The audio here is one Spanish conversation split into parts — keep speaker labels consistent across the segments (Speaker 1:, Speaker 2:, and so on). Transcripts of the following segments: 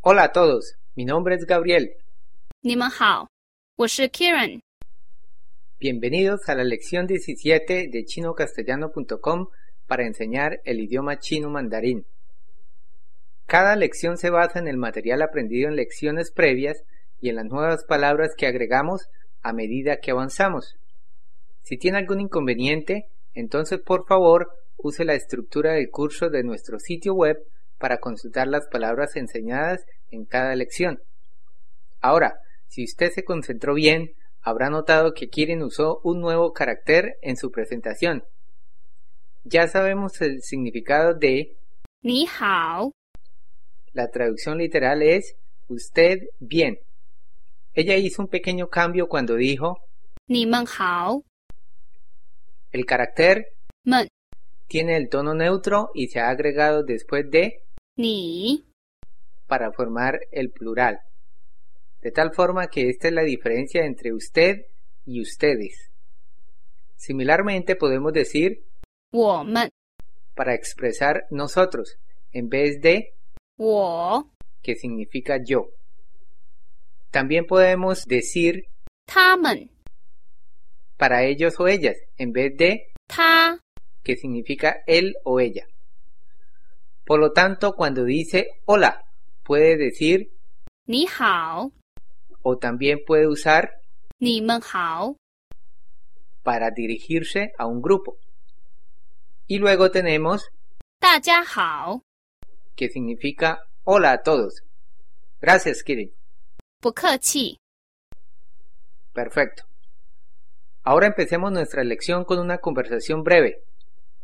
Speaker 1: Hola a todos, mi nombre es Gabriel.
Speaker 2: 你们好，我是 Kieran。
Speaker 1: Bienvenidos a la lección 17 de chinocastellano.com para enseñar el idioma chino mandarín. Cada lección se basa en el material aprendido en lecciones previas y en las nuevas palabras que agregamos a medida que avanzamos. Si tiene algún inconveniente, entonces por favor use la estructura del curso de nuestro sitio web para consultar las palabras enseñadas en cada lección. Ahora, si usted se concentró bien, habrá notado que Kirin usó un nuevo carácter en su presentación. Ya sabemos el significado de
Speaker 2: 你好，
Speaker 1: la traducción literal es usted bien. Ella hizo un pequeño cambio cuando dijo
Speaker 2: 你们好，
Speaker 1: el carácter
Speaker 2: 们
Speaker 1: tiene el tono neutro y se ha agregado después de
Speaker 2: 你
Speaker 1: para formar el plural. De tal forma que esta es la diferencia entre usted y ustedes. Similarmente podemos decir
Speaker 2: 我们
Speaker 1: para expresar nosotros en vez de
Speaker 2: 我
Speaker 1: que significa yo. También podemos decir
Speaker 2: 他们
Speaker 1: para ellos o ellas en vez de
Speaker 2: 他
Speaker 1: que significa él o ella. Por lo tanto, cuando dice hola, puede decir
Speaker 2: 你好，
Speaker 1: o también puede usar
Speaker 2: 你们好，
Speaker 1: para dirigirse a un grupo. Y luego tenemos
Speaker 2: 大家好，
Speaker 1: que significa hola a todos. Gracias, Kirin.
Speaker 2: 不客气。
Speaker 1: Perfecto. Ahora empecemos nuestra lección con una conversación breve.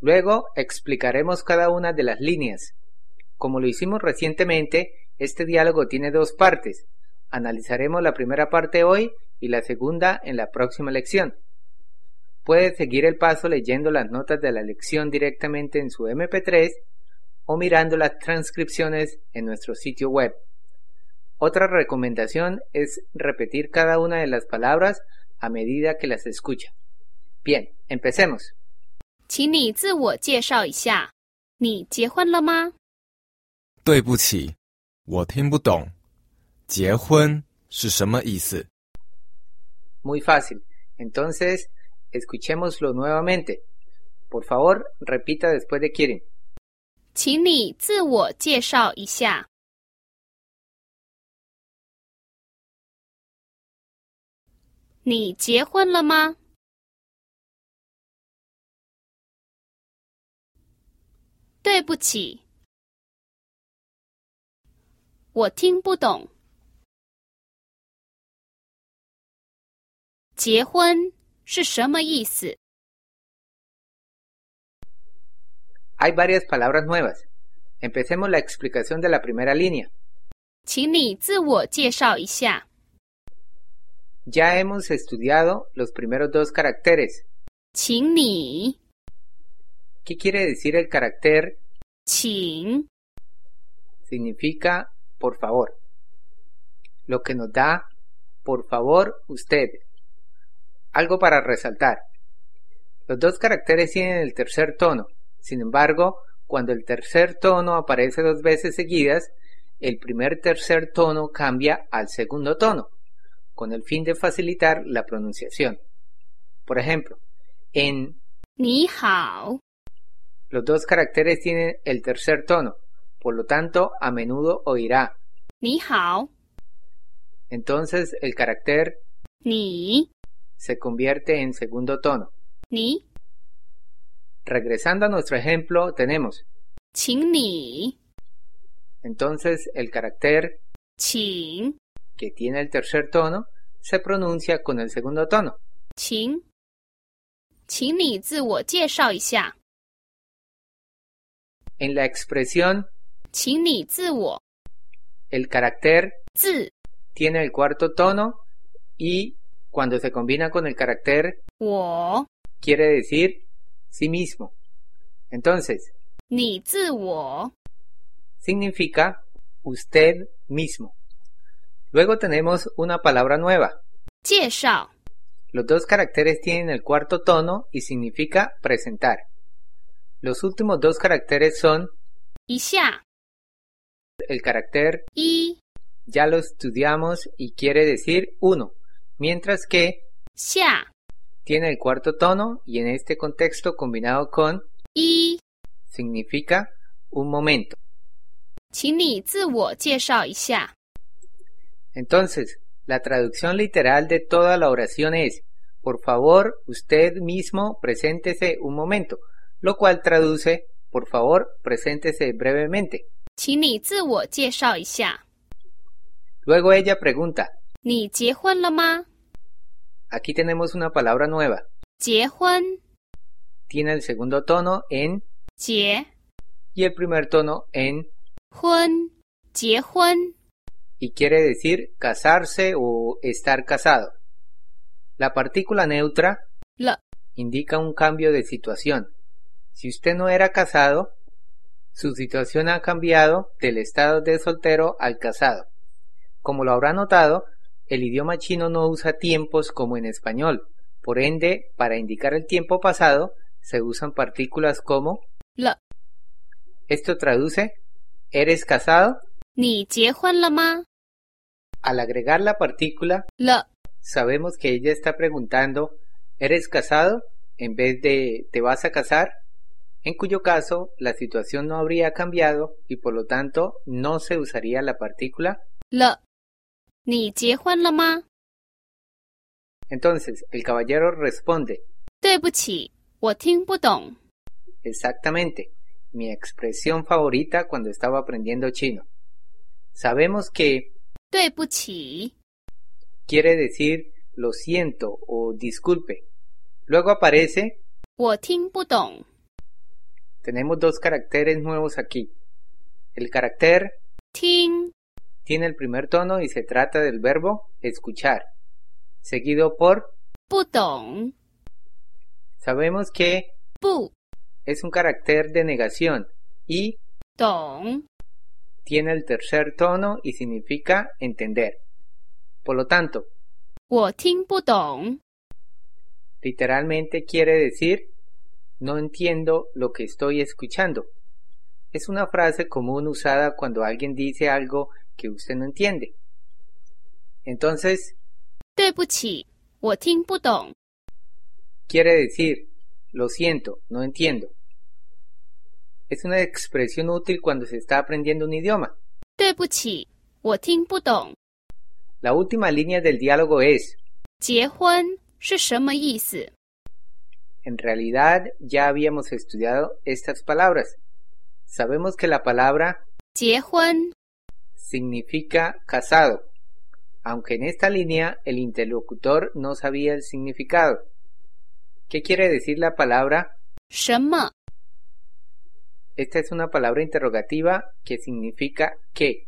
Speaker 1: Luego explicaremos cada una de las líneas. Como lo hicimos recientemente, este diálogo tiene dos partes. Analizaremos la primera parte hoy y la segunda en la próxima lección. Puede seguir el paso leyendo las notas de la lección directamente en su MP3 o mirando las transcripciones en nuestro sitio web. Otra recomendación es repetir cada una de las palabras a medida que las escucha. Bien, empecemos.
Speaker 2: 请你自我介绍一下，你结婚了吗？
Speaker 3: 对不起，我听不懂，结婚是什么意思？
Speaker 1: Muy fácil. Entonces, escuchémoslo nuevamente. Por favor, repita después de Kirin.
Speaker 2: 请你自我介绍一下，你结婚了吗？对不起，我听不懂。结婚是什么意思？
Speaker 1: Hay varias palabras nuevas. Empecemos la explicación de la primera línea.
Speaker 2: 请你自我介绍一下。
Speaker 1: Ya hemos estudiado los primeros dos caracteres.
Speaker 2: 请你，
Speaker 1: ¿Qué quiere decir el carácter?
Speaker 2: 请
Speaker 1: Significa por favor. Lo que nos da por favor usted. Algo para resaltar. Los dos caracteres tienen el tercer tono. Sin embargo, cuando el tercer tono aparece dos veces seguidas, el primer tercer tono cambia al segundo tono, con el fin de facilitar la pronunciación. Por ejemplo, en
Speaker 2: 你好。
Speaker 1: los dos caracteres tienen el tercer tono, por lo tanto, a menudo oirá.
Speaker 2: 你好，
Speaker 1: Entonces, el carácter
Speaker 2: 你
Speaker 1: se convierte en segundo tono.
Speaker 2: 你，
Speaker 1: Regresando a nuestro ejemplo, tenemos
Speaker 2: 请你，
Speaker 1: entonces el carácter
Speaker 2: 请
Speaker 1: que tiene el tercer tono se pronuncia con el segundo tono.
Speaker 2: 请，请你自我介绍一下，
Speaker 1: En la expresión
Speaker 2: 请你自我
Speaker 1: el carácter
Speaker 2: 自
Speaker 1: tiene el cuarto tono y cuando se combina con el carácter
Speaker 2: 我
Speaker 1: quiere decir sí mismo. Entonces,
Speaker 2: 你自我
Speaker 1: significa usted mismo. Luego tenemos una palabra nueva,
Speaker 2: 介绍，
Speaker 1: Los dos caracteres tienen el cuarto tono y significa presentar. Los últimos dos caracteres son
Speaker 2: 一下
Speaker 1: el carácter
Speaker 2: 一
Speaker 1: ya lo estudiamos y quiere decir uno, mientras que
Speaker 2: 下
Speaker 1: tiene el cuarto tono y en este contexto combinado con
Speaker 2: 一，
Speaker 1: significa un momento.
Speaker 2: 请你自我介绍一下。
Speaker 1: Entonces, la traducción literal de toda la oración es, por favor, usted mismo preséntese un momento, lo cual traduce, por favor, preséntese brevemente.
Speaker 2: 请你自我介绍一下。
Speaker 1: Luego ella pregunta,
Speaker 2: 你结婚了吗？
Speaker 1: aquí tenemos una palabra nueva,
Speaker 2: 结婚，
Speaker 1: tiene el segundo tono en
Speaker 2: 结
Speaker 1: y el primer tono en
Speaker 2: 婚，结婚。
Speaker 1: y quiere decir casarse o estar casado. La partícula neutra
Speaker 2: 了
Speaker 1: indica un cambio de situación. Si usted no era casado, su situación ha cambiado del estado de soltero al casado. Como lo habrá notado, el idioma chino no usa tiempos como en español. Por ende, para indicar el tiempo pasado, se usan partículas como
Speaker 2: 了，
Speaker 1: esto traduce ¿eres casado?
Speaker 2: 你结婚了吗？
Speaker 1: Al agregar la partícula
Speaker 2: 了，
Speaker 1: sabemos que ella está preguntando ¿eres casado? en vez de ¿te vas a casar? en cuyo caso la situación no habría cambiado y por lo tanto no se usaría la partícula.
Speaker 2: 了，你结婚了吗？
Speaker 1: Entonces el caballero responde
Speaker 2: 对不起，我听不懂。
Speaker 1: exactamente mi expresión favorita cuando estaba aprendiendo chino. Sabemos que
Speaker 2: 对不起，
Speaker 1: quiere decir lo siento o disculpe. Luego aparece
Speaker 2: 我听不懂。
Speaker 1: tenemos dos caracteres nuevos aquí. El carácter
Speaker 2: 听
Speaker 1: tiene el primer tono y se trata del verbo escuchar, seguido por
Speaker 2: 不懂，
Speaker 1: sabemos que
Speaker 2: 不
Speaker 1: es un carácter de negación y
Speaker 2: 懂，
Speaker 1: tiene el tercer tono y significa entender. Por lo tanto,
Speaker 2: 我听不懂。
Speaker 1: literalmente quiere decir no entiendo lo que estoy escuchando. Es una frase común usada cuando alguien dice algo que usted no entiende. Entonces,
Speaker 2: 对不起，我听不懂。
Speaker 1: quiere decir lo siento, no entiendo. Es una expresión útil cuando se está aprendiendo un idioma.
Speaker 2: 对不起，我听不懂。
Speaker 1: La última línea del diálogo es,
Speaker 2: 结婚是什么意思？
Speaker 1: en realidad ya habíamos estudiado estas palabras. Sabemos que la palabra
Speaker 2: 结婚
Speaker 1: significa casado, aunque en esta línea el interlocutor no sabía el significado. ¿Qué quiere decir la palabra?
Speaker 2: 什么？
Speaker 1: Esta es una palabra interrogativa que significa qué.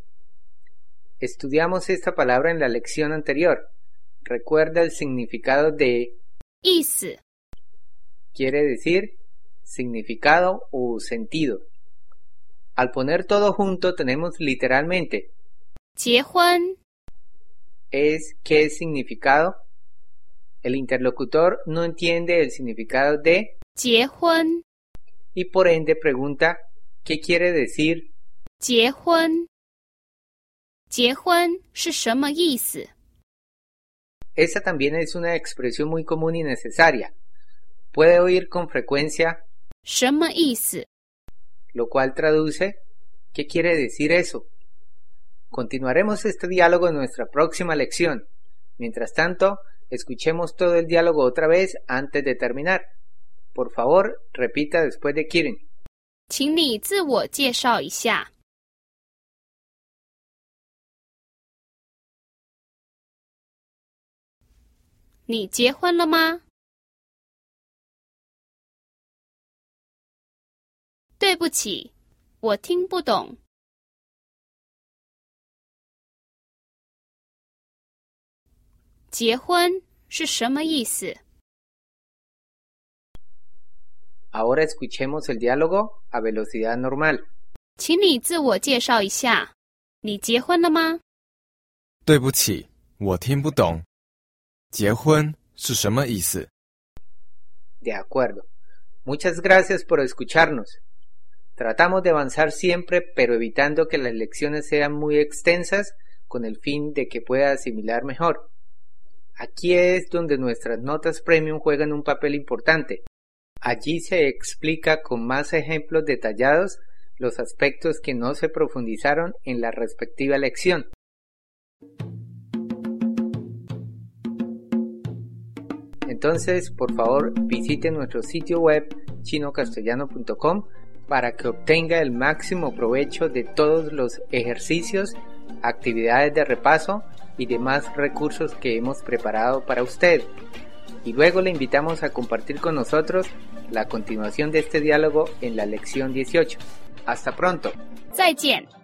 Speaker 1: Estudiamos esta palabra en la lección anterior. Recuerda el significado de
Speaker 2: 意思？
Speaker 1: quiere decir significado o sentido. Al poner todo junto tenemos literalmente
Speaker 2: 结婚
Speaker 1: es qué significado. El interlocutor no entiende el significado de
Speaker 2: 结婚
Speaker 1: y por ende pregunta qué quiere decir
Speaker 2: 结婚结婚是什么意思？
Speaker 1: Esta también es una expresión muy común y necesaria. Puede oír con frecuencia,
Speaker 2: 什么意思？
Speaker 1: lo cual traduce ¿qué quiere decir eso? Continuaremos este diálogo en nuestra próxima lección. Mientras tanto, escuchemos todo el diálogo otra vez antes de terminar. Por favor, repita después de Kirin.
Speaker 2: 请你自我介绍一下。你结婚了吗？对不起，我听不懂。结婚是什么意思？
Speaker 1: Ahora escuchemos el diálogo a velocidad normal.
Speaker 2: 请你自我介绍一下。你结婚了吗？
Speaker 3: 对不起，我听不懂。结婚是什么意思？
Speaker 1: De acuerdo. Muchas gracias por escucharnos. Tratamos de avanzar siempre, pero evitando que las lecciones sean muy extensas, con el fin de que pueda asimilar mejor. Aquí es donde nuestras notas premium juegan un papel importante. Allí se explica con más ejemplos detallados los aspectos que no se profundizaron en la respectiva lección. Entonces, por favor, visite nuestro sitio web chinocastellano.com para que obtenga el máximo provecho de todos los ejercicios, actividades de repaso y demás recursos que hemos preparado para usted. Y luego le invitamos a compartir con nosotros la continuación de este diálogo en la lección 18. Hasta pronto.
Speaker 2: 再见。